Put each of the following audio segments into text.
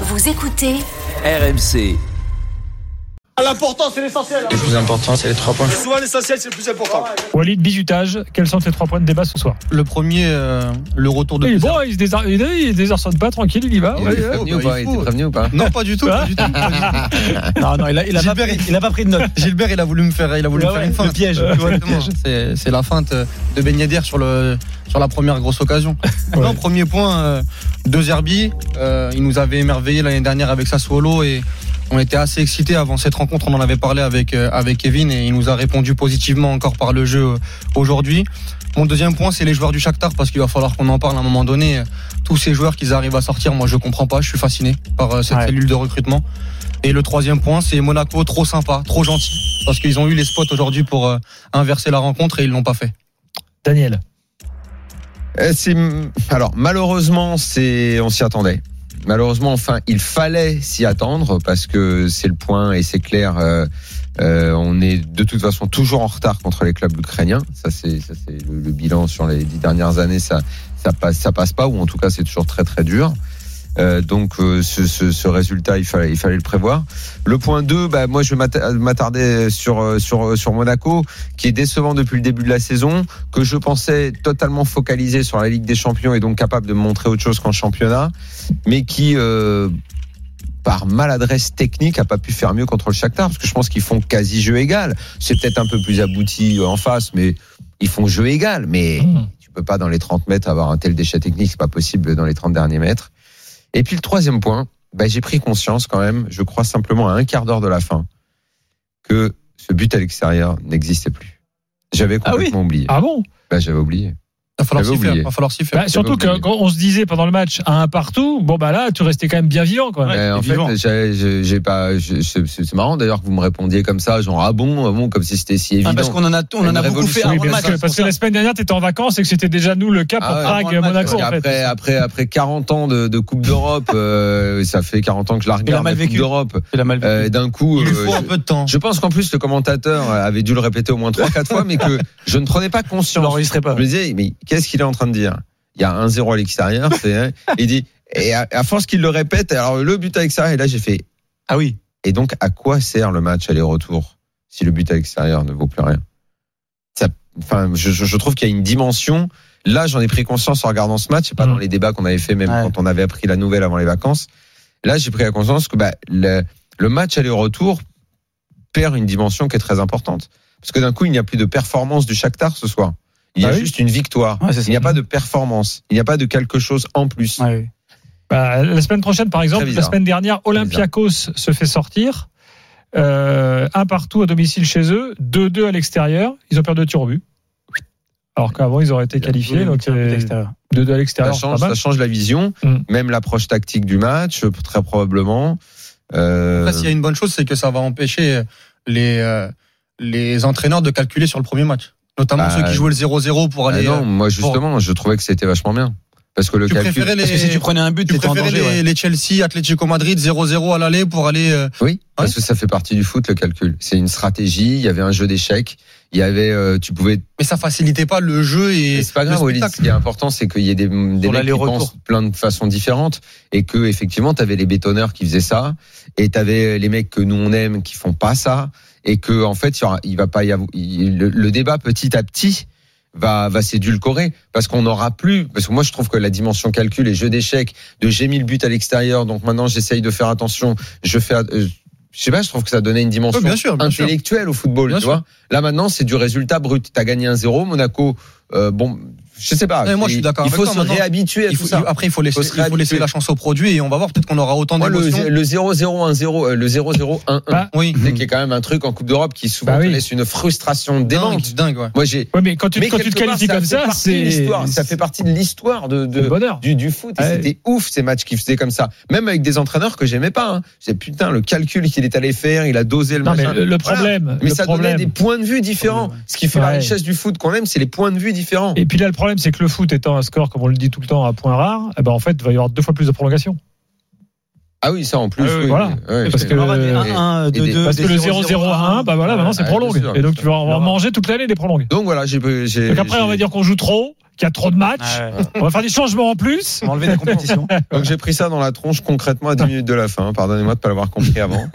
Vous écoutez RMC. L'important, c'est l'essentiel. Le plus important, c'est les trois points. Souvent, l'essentiel, c'est le plus important. Walid, bisutage, quels sont tes trois points de débat ce soir Le premier, euh, le retour de Il est Blizzard. bon, il se désar- il se désarçonne pas, tranquille, il y va. Il ouais, était ouais. prévenu bah, ou pas il Il faut. était prévenu ou pas Non, pas du tout. pas du tout. Non, non, il a, il a pas, Gilbert, il- il a pas pris de notes. Gilbert, il a voulu me faire, il a voulu Ouais, me faire ouais, une feinte. le piège. Tu vois, Le exactement. piège. C'est c'est la feinte de Ben Yedder sur, le, sur la première grosse occasion. Non, premier point, euh, deux Herbie. euh, il nous avait émerveillé l'année dernière avec Sassuolo et on était assez excités avant cette rencontre. On en avait parlé avec, euh, avec Kevin et il nous a répondu positivement encore par le jeu euh, aujourd'hui. Mon deuxième point, c'est les joueurs du Shakhtar parce qu'il va falloir qu'on en parle à un moment donné. Tous ces joueurs qu'ils arrivent à sortir, moi je comprends pas, je suis fasciné par euh, cette Ouais. cellule de recrutement. Et le troisième point, c'est Monaco trop sympa, trop gentil, parce qu'ils ont eu les spots aujourd'hui pour euh, inverser la rencontre et ils l'ont pas fait. Daniel. Euh, c'est- Alors, malheureusement, c'est on s'y attendait. Malheureusement, enfin, il fallait s'y attendre parce que c'est le point et c'est clair. euh, euh, on est de toute façon toujours en retard contre les clubs ukrainiens. Ça, c'est ça, c'est le, le bilan sur les dix dernières années. Ça, ça passe, ça passe pas ou en tout cas, c'est toujours très très dur. Euh, donc euh, ce, ce- ce résultat, il fallait, il fallait le prévoir. Le point 2, bah, moi je vais m'atta- m'attarder sur, euh, sur, sur Monaco, qui est décevant depuis le début de la saison, que je pensais totalement focalisé sur la Ligue des Champions et donc capable de montrer autre chose qu'en championnat, mais qui, euh, par maladresse technique, a pas pu faire mieux contre le Shakhtar, parce que je pense qu'ils font quasi jeu égal. C'est peut-être un peu plus abouti en face, mais ils font jeu égal. Mais Hmm. tu peux pas dans les 30 mètres avoir un tel déchet technique, c'est pas possible dans les 30 derniers mètres. Et puis le troisième point, bah, j'ai pris conscience quand même, je crois simplement à un quart d'heure de la fin, que ce but à l'extérieur n'existait plus. J'avais Ah oui complètement oublié. Ah bon Bah, j'avais oublié. Il va falloir J'avais s'y faire. oublié. va falloir s'y faire. Bah, Surtout oublié. que quand on se disait pendant le match à un partout, bon bah là, tu restais quand même bien vivant. Quoi. Mais en fait, euh, j'ai- j'ai j'ai pas. j'ai- C'est c'est marrant d'ailleurs que vous me répondiez comme ça, genre ah bon, ah bon, comme si c'était si évident. parce qu'on en a, on Une en a beaucoup révolution, fait oui, avant Oui, le parce match. que, parce que la semaine dernière, tu étais en vacances et que c'était déjà nous le cas pour Ah ouais, Prague, avant le match, Monaco. parce En fait. qu'après- après, après 40 ans de, de Coupe d'Europe, euh, ça fait 40 ans que je la regarde, mal la Coupe vécu. d'Europe. Il a mal vécu. Euh, D'un coup, Il lui euh, faut un je- peu de temps. Je pense qu'en plus, le commentateur avait dû le répéter au moins 3-4 fois, mais que je ne prenais pas Je conscience. l'enregistrerai pas. Je me disais, mais qu'est-ce qu'il est en train de dire Il y a 1-0 à l'extérieur, c'est- il dit, et à, à force qu'il le répète, alors le but à l'extérieur, et là j'ai fait, Ah oui. et donc à quoi sert le match aller-retour si le but à l'extérieur ne vaut plus rien Ça- Enfin, je, je- je trouve qu'il y a une dimension. Là, j'en ai pris conscience en regardant ce match, et pas Mhm. dans les débats qu'on avait fait, même Mm. Ouais. quand on avait appris la nouvelle avant les vacances. Là, j'ai pris la conscience que bah, le, le match aller-retour perd une dimension qui est très importante. Parce que d'un coup, il n'y a plus de performance du Shakhtar ce soir. Il y Ah a oui. juste une victoire. Bah Ouais, c'est ça. il n'y a pas de performance. Il n'y a pas de quelque chose en plus. Ouais, oui. Bah, la semaine prochaine, par exemple, Très la bizarre. semaine dernière, Olympiakos se fait sortir. Euh, un partout à domicile chez eux, 2-2 à l'extérieur. Ils ont perdu deux tirs au but. Alors qu'avant, ils auraient été qualifiés. Donc, But euh, extérieur. 2-2 à Ça l'extérieur, c'est pas change, mal. ça change la vision, Mm. même l'approche tactique du match, euh, très probablement. Euh, Après, s'il y a une bonne chose, c'est que ça va empêcher les, euh, les entraîneurs de calculer sur le premier match. Notamment Bah, ceux qui jouaient le 0-0 pour ah aller. non, euh, moi justement, je trouvais que c'était vachement bien. Parce que le tu calcul. préférais les, Parce que si tu prends- prenais un but, tu t'étais en préférais danger, les, les Chelsea, Atlético Madrid 0-0 à l'aller pour aller euh, Oui, parce que ça fait partie du foot, le calcul. C'est une stratégie, il y avait un jeu d'échecs, il y avait. euh, tu pouvais. mais ça facilitait pas le jeu et Mais C'est pas grave, le Walid. Ce qui est spectacle. important, c'est qu'il y ait des, des mecs qui l'aller-retour. pensent plein de façons différentes et que, effectivement, t'avais les bétonneurs qui faisaient ça et t'avais les mecs que nous on aime qui font pas ça et que, en fait, il y aura- il va pas y avoir. il- le, le débat, petit à petit, va, va s'édulcorer parce qu'on n'aura plus. Parce que moi, je trouve que la dimension calcul et jeu d'échecs, de j'ai mis le but à l'extérieur, donc maintenant j'essaye de faire attention, je fais. euh, je sais pas, je trouve que ça donnait une dimension Oui, bien Oh, sûr, bien sûr. intellectuelle au football, Bien tu sûr. vois. Là maintenant, c'est du résultat brut. T'as gagné un 0 Monaco. euh, bon, je sais pas. Ouais, moi, je suis Il- d'accord Il avec faut toi, se maintenant. réhabituer à Il tout faut- ça. après, il faut laisser, Faut se il faut laisser réhabituer. la chance au produit et on va voir, peut-être qu'on aura autant Moi, le, d'émotions. le 0-0-1-0, euh, le 0-0-1-1, Bah, Oui, tu sais, qui est quand même un truc en Coupe d'Europe qui souvent Bah oui. te laisse une frustration dingue, démente. dingue, ouais. Moi, j'ai. Ouais, mais quand tu, mais quand tu te quelque part, qualifies comme fait ça, partie de c'est. l'histoire. Ça fait partie de l'histoire de, c'est le de, bonheur. du, du foot. Et Ouais. C'était ouf ces matchs qui faisaient comme ça. Même avec des entraîneurs que j'aimais pas. Hein. J'ai putain le calcul qu'il est allé faire, il a dosé le Non, mais machin. le le Voilà. problème. Mais le ça problème. donnait des points de vue différents. Ce qui fait la Ouais. richesse du foot qu'on aime, c'est les points de vue différents. Et puis là, le problème, c'est que le foot étant un score, comme on le dit tout le temps, à points rares, eh ben, en fait, il va y avoir deux fois plus de prolongation. Ah oui, ça en plus. Euh, oui, voilà. oui, oui, Parce oui. que- Laura, des et- 1-1, 2-2, Parce que des le 0-0 à 1, bah voilà, maintenant, c'est Ouais, prolongue. bien sûr, Et donc, bien tu vas en sûr. manger toute l'année des prolongues. Donc voilà, j'ai. j'ai- Donc après, on va j'ai- dire qu'on joue trop, qu'il y a trop de matchs. Ah ouais. On va faire des changements en plus. Enlever des compétitions. Donc j'ai pris ça dans la tronche concrètement à 10 minutes de la fin. hein. Pardonnez-moi de pas l'avoir compris avant.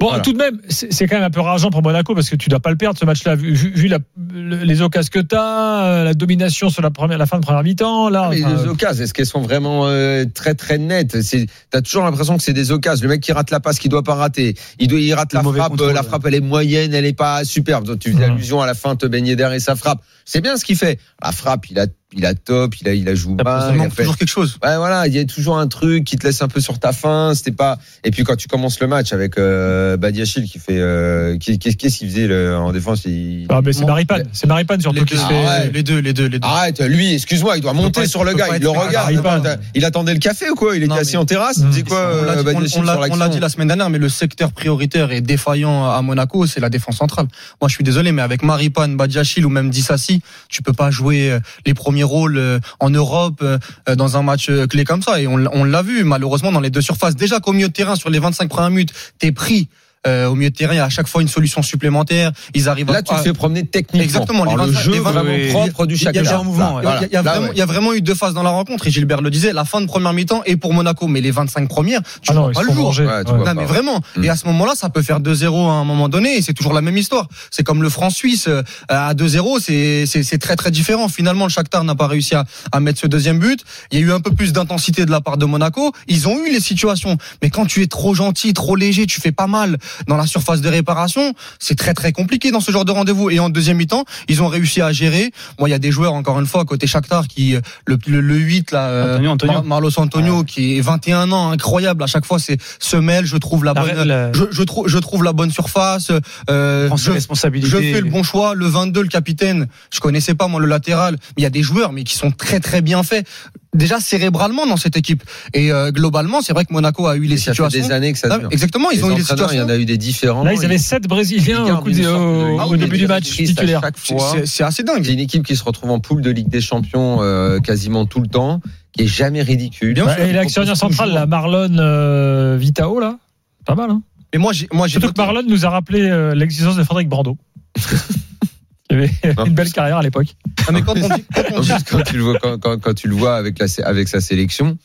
Bon, Voilà. tout de même, c'est c'est quand même un peu rageant pour Monaco parce que tu dois pas le perdre ce match-là, vu, vu- vu la- le- les occasions que t'as, euh, la domination sur la, première, la fin de première mi-temps. Là, Ah, Mais Ah, enfin, euh. les occasions, est-ce qu'elles sont vraiment euh, très très nettes C'est- T'as toujours l'impression que c'est des occasions. Le mec qui rate la passe, qui doit pas rater, il, doit, il rate Le la mauvais frappe. contrôle, la ouais. frappe, elle est moyenne, elle est pas superbe. Donc tu fais Ouais. allusion à la fin, te baigner d'air et ça frappe. C'est bien ce qu'il fait. La frappe, il a, il a top, il a, il a joué Ça mal. Ah, il a manque fait- toujours quelque chose. Ouais, voilà, il y a toujours un truc qui te laisse un peu sur ta faim. C'était pas. Et puis quand tu commences le match avec euh, Badiachil qui fait, euh, qui- qu'est-ce qu'est-ce qu'il faisait le- en défense il... ah, mais c'est Maripane, c'est Maripane Les surtout qui deux, se Ah ouais. fait. euh, les deux, les deux, les deux. Arrête, lui, excuse-moi, il doit peut Ah, monter pas sur le être- gars, peut pas Ah, il le être- regarde. il parle. Attends, Il attendait le café ou quoi Il était Non, mais- assis en terrasse, Mmh. il disait quoi On euh, l'a dit- Badiachil on- on l'a- sur on l'action l'a dit la semaine dernière, mais le secteur prioritaire et défaillant à Monaco, c'est la défense centrale. Moi, je suis désolé, mais avec Maripane, Badiachil ou même Dissassi, tu peux pas jouer euh, les premiers rôles euh, en Europe euh, euh, dans un match euh, clé comme ça. Et on, l- on l'a vu, malheureusement, dans les deux surfaces. Déjà qu'au milieu de terrain, sur les 25 premières minutes, t'es pris euh, au milieu de terrain. Il y a à chaque fois une solution supplémentaire. Ils arrivent Là, à- tu te à- fais promener techniquement. Exactement, les Par le 25, jeu les 20, vraiment oui. propre du Il y a- chacun. il y a un mouvement, ouais. Il y a- il y, a vraiment- il y a vraiment eu deux phases dans la rencontre et Gilbert le disait, la fin de première mi-temps et pour Monaco, mais les 25 premières, tu Ah non, vois ils pas se le font jour. manger. Ouais, tu Ouais. vois. Non, mais vraiment. Mm. Et à ce moment-là, ça peut faire 2-0 à un moment donné. Et c'est toujours la même histoire. C'est comme le franc-suisse euh, à 2-0. C'est, c'est, c'est très, très différent. Finalement, le Shakhtar n'a pas réussi à, à mettre ce deuxième but. Il y a eu un peu plus d'intensité de la part de Monaco. Ils ont eu les situations. Mais quand tu es trop gentil, trop léger, tu fais pas mal dans la surface de réparation. C'est très, très compliqué dans ce genre de rendez-vous. Et en deuxième mi-temps, ils ont réussi à gérer. Moi, il y a des joueurs, encore une fois, côté Shakhtar qui, euh, le, le, le 8, là, euh, Antonio, Antonio. Mar- Marlos Antonio, qui est 21 ans, incroyable. À chaque fois, c'est semelle, je trouve la La- bonne, euh, la- je, je trouve, je trouve la bonne surface. euh, Prends ses je, responsabilités. je fais le bon choix. Le 22, le capitaine. Je connaissais pas moi le latéral. Mais il y a des joueurs, mais qui sont très très bien faits. Déjà cérébralement dans cette équipe et euh, globalement, c'est vrai que Monaco a eu les Et ça fait situations. des années que ça Non, dure. Exactement, ils Les ont eu les entraîneurs, Il y situations. en a eu des différents. Là, ils avaient 7 Brésiliens au, gardent coup une de- sorte de- au- au une début du équipe match triste à titulaire. chaque C'est- fois. c'est- C'est assez dingue. C'est une équipe qui se retrouve en poule de Ligue des Champions euh, quasiment tout le temps, qui est jamais ridicule. Bien Bah, sûr, et ils l'actionnaire proposent central, toujours. la Marlon euh, Vitao, là, pas mal. Hein Mais moi, j'ai, moi, j'ai. Surtout que noté- Marlon nous a rappelé euh, l'existence de Frédéric Brando. Il avait Non. une belle carrière à l'époque. Ah, mais quand on dit, quand on En dit- plus, quand tu le vois, quand, quand- quand tu le vois avec, la, sé- avec sa sélection,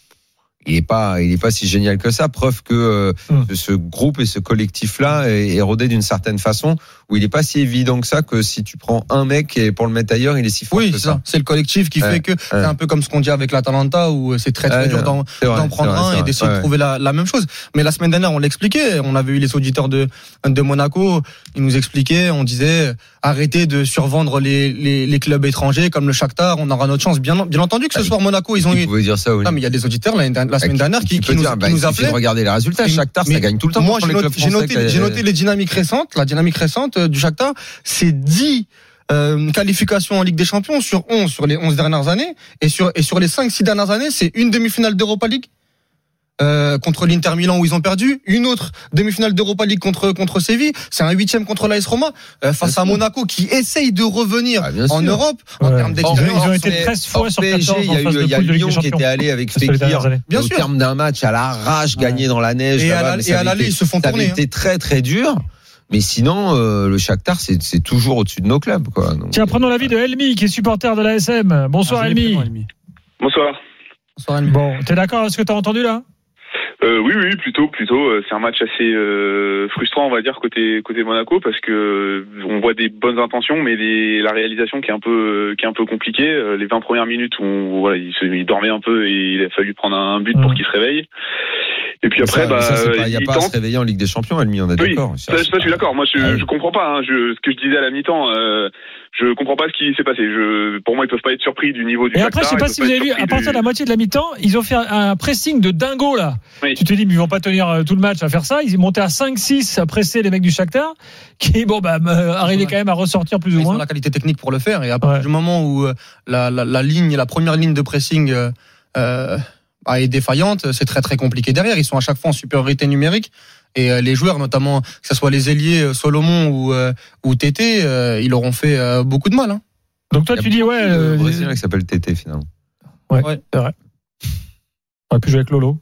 il est pas, il est pas si génial que ça. Preuve que euh, Hum. Mm. ce groupe et ce collectif-là est, est rodé d'une certaine façon, où il est pas si évident que ça que si tu prends un mec et pour le mettre ailleurs, il est si fort Oui, que c'est ça. C'est le collectif qui Ouais, fait que c'est un peu comme ce qu'on dit avec l'Atalanta où euh, c'est très très Ouais, dur ouais. d'en, C'est vrai, d'en prendre c'est vrai, un c'est et vrai. d'essayer Ouais. de trouver la, la même chose. Mais la semaine dernière, on l'expliquait. On avait eu les auditeurs de, de Monaco. Ils nous expliquaient, on disait, euh, arrêtez de survendre les, les, les clubs étrangers comme le Shakhtar. On aura notre chance. Bien, bien entendu que ce Bah, soir, Monaco, ils ont Tu eu. pouvais dire ça. Bah, oui. Ah, Non, mais il y a des auditeurs la, la semaine dernière qui, qui nous, qui bah, nous appelaient. Regardez les résultats. Mais- Shakhtar, ça mais gagne tout le temps. Moi, contre j'ai les noté, clubs j'ai français noté- que- j'ai noté les dynamiques récentes. La dynamique récente euh, du Shakhtar, c'est 10 euh, qualifications en Ligue des Champions sur 11 sur les 11 dernières années et sur et sur les 5 6 dernières années, c'est une demi-finale d'Europa League. euh, contre l'Inter Milan où ils ont perdu, une autre demi-finale d'Europa League contre contre Séville, c'est un huitième contre l'AS Roma euh, face Bien sûr. à Monaco qui essaye de revenir Ah, bien en sûr. Europe en Ouais. termes Ils ont- d'expérience. ils ont été mais 13 fois hors sur PSG, 14 il y en a phase eu, de il y a poule de Ligue Lyon des qui était Champions. allé avec Sur les dernières Fekir. années. Bien au sûr. terme d'un match à l'arrache, gagné dans la neige. Et à là-bas, la- mais et ça à avait l'aller, été- ils se font Ça avait tourner, hein. été très très dur. Mais sinon, euh, le Shakhtar, c'est c'est toujours au-dessus de nos clubs. Quoi. Donc, euh, Tiens, prenons l'avis de Helmi, qui est supporter de la SM. Bonsoir, Ah, je l'ai Helmi. pris, moi, Elmi. Bonsoir. hein. Bon, t'es d'accord avec ce que t'as entendu là Euh, oui, oui, plutôt, plutôt. euh, C'est un match assez euh, frustrant, on va dire, côté côté Monaco, parce que euh, on voit des bonnes intentions, mais des- la réalisation qui est un peu euh, qui est un peu compliquée. Euh, Les 20 premières minutes où voilà, il, se- il dormait un peu et il a fallu prendre un, un but Mhm. pour qu'il se réveille. Et puis après, Ça, bah, ça, c'est pas- il n'y a ils pas à se tentent. réveiller en Ligue des Champions, Elmi, on est Oui, d'accord. Ça, ça, je suis d'accord. Moi, je, Ah oui. je comprends pas. hein. Je, ce que je disais à la mi-temps, euh, je comprends pas ce qui s'est passé. Je, pour moi, ils peuvent pas être surpris du niveau du. Et après, je sais Shakhtar, pas ils si vous peuvent avez vu, être à partir surpris de la moitié de la mi-temps, ils ont fait un un pressing de dingo là. Oui. Tu te dis, mais ils vont pas tenir euh, tout le match à faire ça. Ils montaient à 5-6 à presser les mecs du Shakhtar, qui bon bah euh, arrivaient Ouais. quand même à ressortir plus ou Ils ont moins. la qualité technique pour le faire. Et à partir Ouais. du moment où euh, la, la, la ligne, la première ligne de pressing euh, euh, bah, est défaillante, c'est très très compliqué derrière. Ils sont à chaque fois en supériorité numérique. Et euh, les joueurs, notamment que ce soit les ailiers euh, Solomon ou, euh, ou Tété, euh, ils leur ont fait euh, beaucoup de mal. hein. Donc toi, tu dis ouais, Le euh, Brésilien qui s'appelle Tété, finalement. on aurait pu jouer avec Lolo.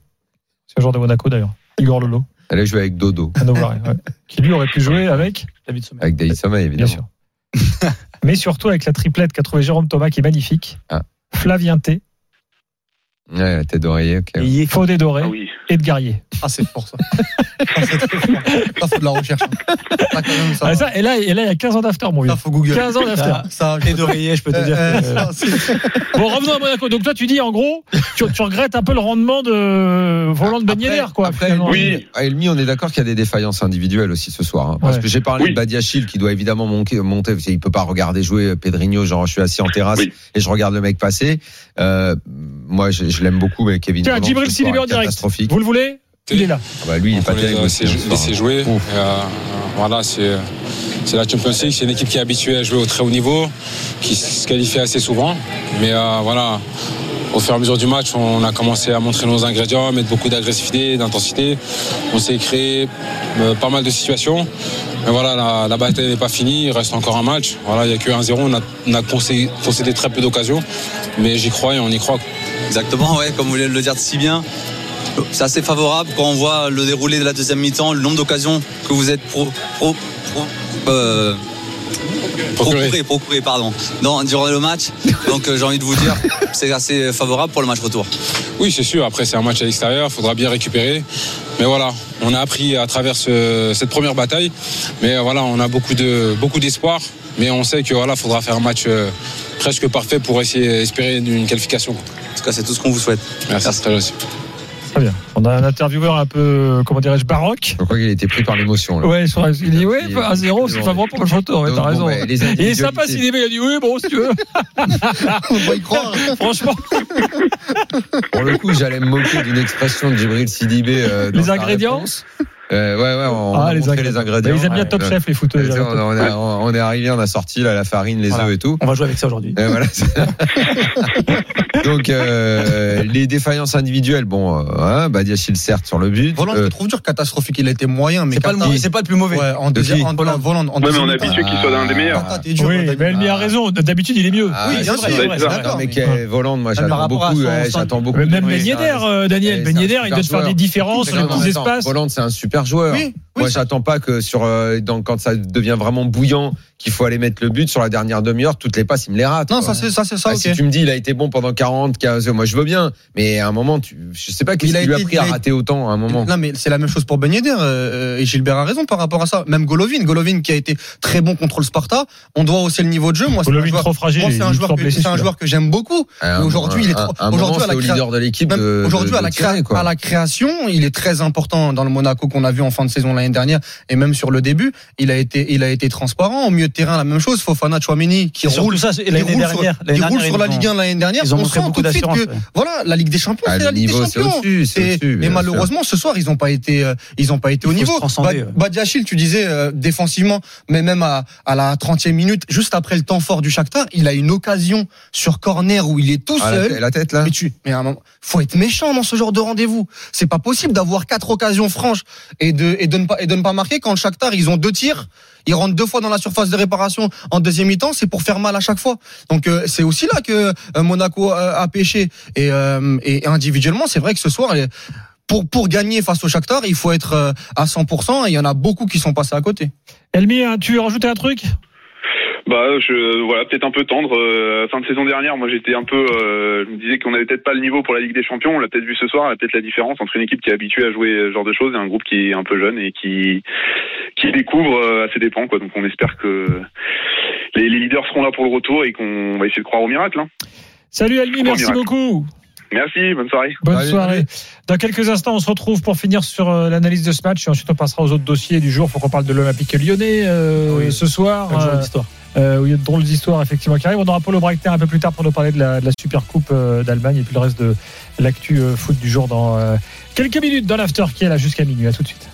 C'est un joueur de Monaco d'ailleurs. Igor Lolo, Elle a joué avec Dodo, un Ovarien, ouais. qui lui aurait pu jouer avec David Sommer. avec David Sommet, Euh, Bien évidemment. sûr. Mais surtout avec la triplette qu'a trouvé Jérôme Thomas qui est magnifique. Ah. Flavien T, Ouais, la tête d'oreiller, ok. Faudé Doré Ah oui. et de Garrier. Ah, c'est fort ça. Ah, c'est très fort. Ça, faut de la recherche. hein. Ça, quand même, ça, Ah, ça, et là, et là, il y a 15 ans d'after, mon Ah, vieux. ça, faut Google. 15 ans d'after. Ça, ça, Et d'oreiller, Ah. je peux te dire. Euh, que- ça, c'est- Bon, revenons à Monaco. Donc toi, tu dis en gros, tu, tu regrettes un peu le rendement de volant de Après- Bagnéder, quoi. Après, finalement. Oui. à Elmi, on est d'accord qu'il y a des défaillances individuelles aussi ce soir. hein. parce Ouais. que j'ai parlé Oui. de Badiachil qui doit évidemment monter, monter parce qu'il peut pas regarder jouer euh, Pedrinho. Genre, je suis assis en terrasse Oui. et je regarde le mec passer. Euh, moi, je, je l'aime beaucoup, mais Kevin. Tiens, Durant, Djibril ce soir, Silibé en est direct. Catastrophique. Vous le voulez Il est là. Ah bah, lui, il est Donc, pas on les terrible. a laissé aussi, jou- ce soir. hein. laissé jouer. Ouf. Et, euh, voilà, c'est c'est la Champions League, c'est une équipe qui est habituée à jouer au très haut niveau, qui se qualifie assez souvent. Mais euh, voilà, au fur et à mesure du match, on a commencé à montrer nos ingrédients, mettre beaucoup d'agressivité, d'intensité. On s'est créé euh, pas mal de situations. Mais voilà, la, la bataille n'est pas finie, il reste encore un match. Voilà, il n'y a que 1-0, on a, on a concé- concédé très peu d'occasions. Mais j'y crois et on y croit. Exactement, ouais, comme vous voulez le dire si bien. C'est assez favorable quand on voit le déroulé de la deuxième mi-temps, le nombre d'occasions que vous êtes pro, pro, pro- euh, Procuré. procuré, procuré, pardon, dans, durant le match. Donc euh, j'ai envie de vous dire, c'est assez favorable pour le match retour. Oui, c'est sûr. Après, c'est un match à l'extérieur. Il faudra bien récupérer. Mais voilà, on a appris à travers ce- cette première bataille. Mais euh, voilà, on a beaucoup de beaucoup d'espoir. Mais on sait que voilà, faudra faire un match euh, presque parfait pour essayer espérer une, une qualification. En tout cas, c'est tout ce qu'on vous souhaite. Merci. Merci. c'est très gentil. Très bien. On a un intervieweur un peu, euh, comment dirais-je, baroque. Je crois qu'il a été pris par l'émotion. là. Ouais, sur- il dit ouais, Il- 1-0, c'est favorable pour le chanteur. Ouais, Donc, t'as bon, raison. bah, les Il est sympa, individualités. Sidibé, il a dit oui, bon, si tu veux. on va y croire. Franchement, Pour le coup, j'allais me moquer d'une expression de Djibril Sidibé. euh, dans les sa ingrédients. réponse. Euh, ouais, ouais, on Ah, a montré les ingrédients. Ils aiment bien Ouais, Top ouais. Chef, les footeux. Euh, On, on a- on est arrivé, on a sorti là, la farine, les Voilà. œufs et tout. On va jouer avec ça aujourd'hui. Et voilà. Donc euh, les défaillances individuelles, bon, euh, hein, Badiachil certes sur le but. Volant, je Euh, le trouve dur, catastrophique. Il était moyen, mais C'est pas, le Qatar- mauvais- c'est pas le plus mauvais. Ouais, en De deuxième, qui en, en, Volant, en mais deuxième on est mi-temps. habitué qu'il soit l'un des meilleurs. Qatar, t'es dur, Oui, Qatar, mais Elmi a raison. D'habitude, il est mieux. ah, Oui, bien c'est sûr, vrai, c'est c'est vrai, vrai. d'accord, mais mais- que- Voland, moi Même par j'attends rapport à beaucoup, son ouais, stand- j'attends beaucoup. de Même lui. Ben Yedder, C'est un- euh, Daniel. c'est Ben un Yedder, super il doit te faire joueur. des différences sur les Non, non, petits attends, espaces. Voland, c'est un super joueur. Oui, oui, Moi, j'attends pas que sur euh, dans- quand ça devient vraiment bouillant, qu'il faut aller mettre le but sur la dernière demi-heure, toutes les passes, il me les rate. Non, quoi. ça c'est ça, c'est ça. Ah, ok. Si tu me dis il a été bon pendant 40, 15, moi je veux bien, mais à un moment, tu, je sais pas qu'est-ce Il a qui lui a été- pris il à a- rater autant à un moment. Non, mais c'est la même chose pour Ben Yedder, euh, euh, et Gilbert a raison par rapport à ça. Même Golovin, Golovin qui a été très bon contre le Sparta, on doit hausser le niveau de jeu. Moi, c'est un Golovin joueur- trop fragile, moi, il c'est est un joueur trop que- blessé, c'est un celui-là. joueur que j'aime beaucoup. À un- mais aujourd'hui, il est à- trop- à un aujourd'hui, moment, à la c'est au créa- leader de l'équipe euh, Même de, Aujourd'hui, de- à, la de tirer, créa- quoi. à la création, il est très important dans le Monaco qu'on a vu en fin de saison l'année dernière et même sur le début. Il a été, il a été transparent. Au milieu de terrain, la même chose. Fofana, Chouameni qui Surtout roule. ça, c'est qui l'année roule sur- dernière. qui L'année roule dernière, sur la ils ont- Ligue 1 l'année dernière. Ils ont on montré sent beaucoup tout de suite d'assurance. que ouais. voilà, la Ligue des Champions, Ah, c'est le la Ligue niveau, des c'est Champions. au-dessus, c'est Et, au-dessus, et bien sûr. malheureusement, ce soir, ils n'ont pas été, euh, ils ont pas été au Il faut niveau. se transcender, ouais. Badiachil, tu disais euh, défensivement, mais même à, à la 30e minute, juste après le temps fort du Shakhtar, il a une occasion sur corner où il est tout Ah, la, seul. la tête là. Mais tu, mais à un moment, faut être méchant dans ce genre de rendez-vous. C'est pas possible d'avoir quatre occasions franches et de, et de ne pas, et de ne pas marquer quand le Shakhtar, ils ont deux tirs. Ils rentrent deux fois dans la surface de réparation en deuxième mi-temps, c'est pour faire mal à chaque fois. Donc euh, c'est aussi là que euh, Monaco euh, a pêché. Et, euh, et individuellement, c'est vrai que ce soir, les- pour pour gagner face au Shakhtar, il faut être euh, à 100%. Et il y en a beaucoup qui sont passés à côté. Elmi, hein, tu veux rajouter un truc Bah, je, voilà, peut-être un peu tendre. Euh, fin de saison dernière, moi, j'étais un peu, euh, je me disais qu'on avait peut-être pas le niveau pour la Ligue des Champions. On l'a peut-être vu ce soir. Il y a peut-être la différence entre une équipe qui est habituée à jouer euh, ce genre de choses et un groupe qui est un peu jeune et qui, qui découvre euh, à ses dépens, quoi. Donc, on espère que les, les leaders seront là pour le retour et qu'on va essayer de croire au miracle, hein. Salut Elmi, Bon merci miracle. beaucoup. Merci, bonne soirée. Bonne Allez, soirée. allez. Dans quelques instants, on se retrouve pour finir sur euh, l'analyse de ce match et ensuite on passera aux autres dossiers du jour pour qu'on parle de l'Olympique lyonnais euh, Oui. ce soir. Quel genre euh, d'histoire. euh, où il y a de drôles d'histoires effectivement qui arrivent. On aura Paulo Breitner un peu plus tard pour nous parler de la, de la Super Coupe euh, d'Allemagne et puis le reste de l'actu euh, foot du jour dans euh, quelques minutes dans l'after qui est là jusqu'à minuit. À tout de suite.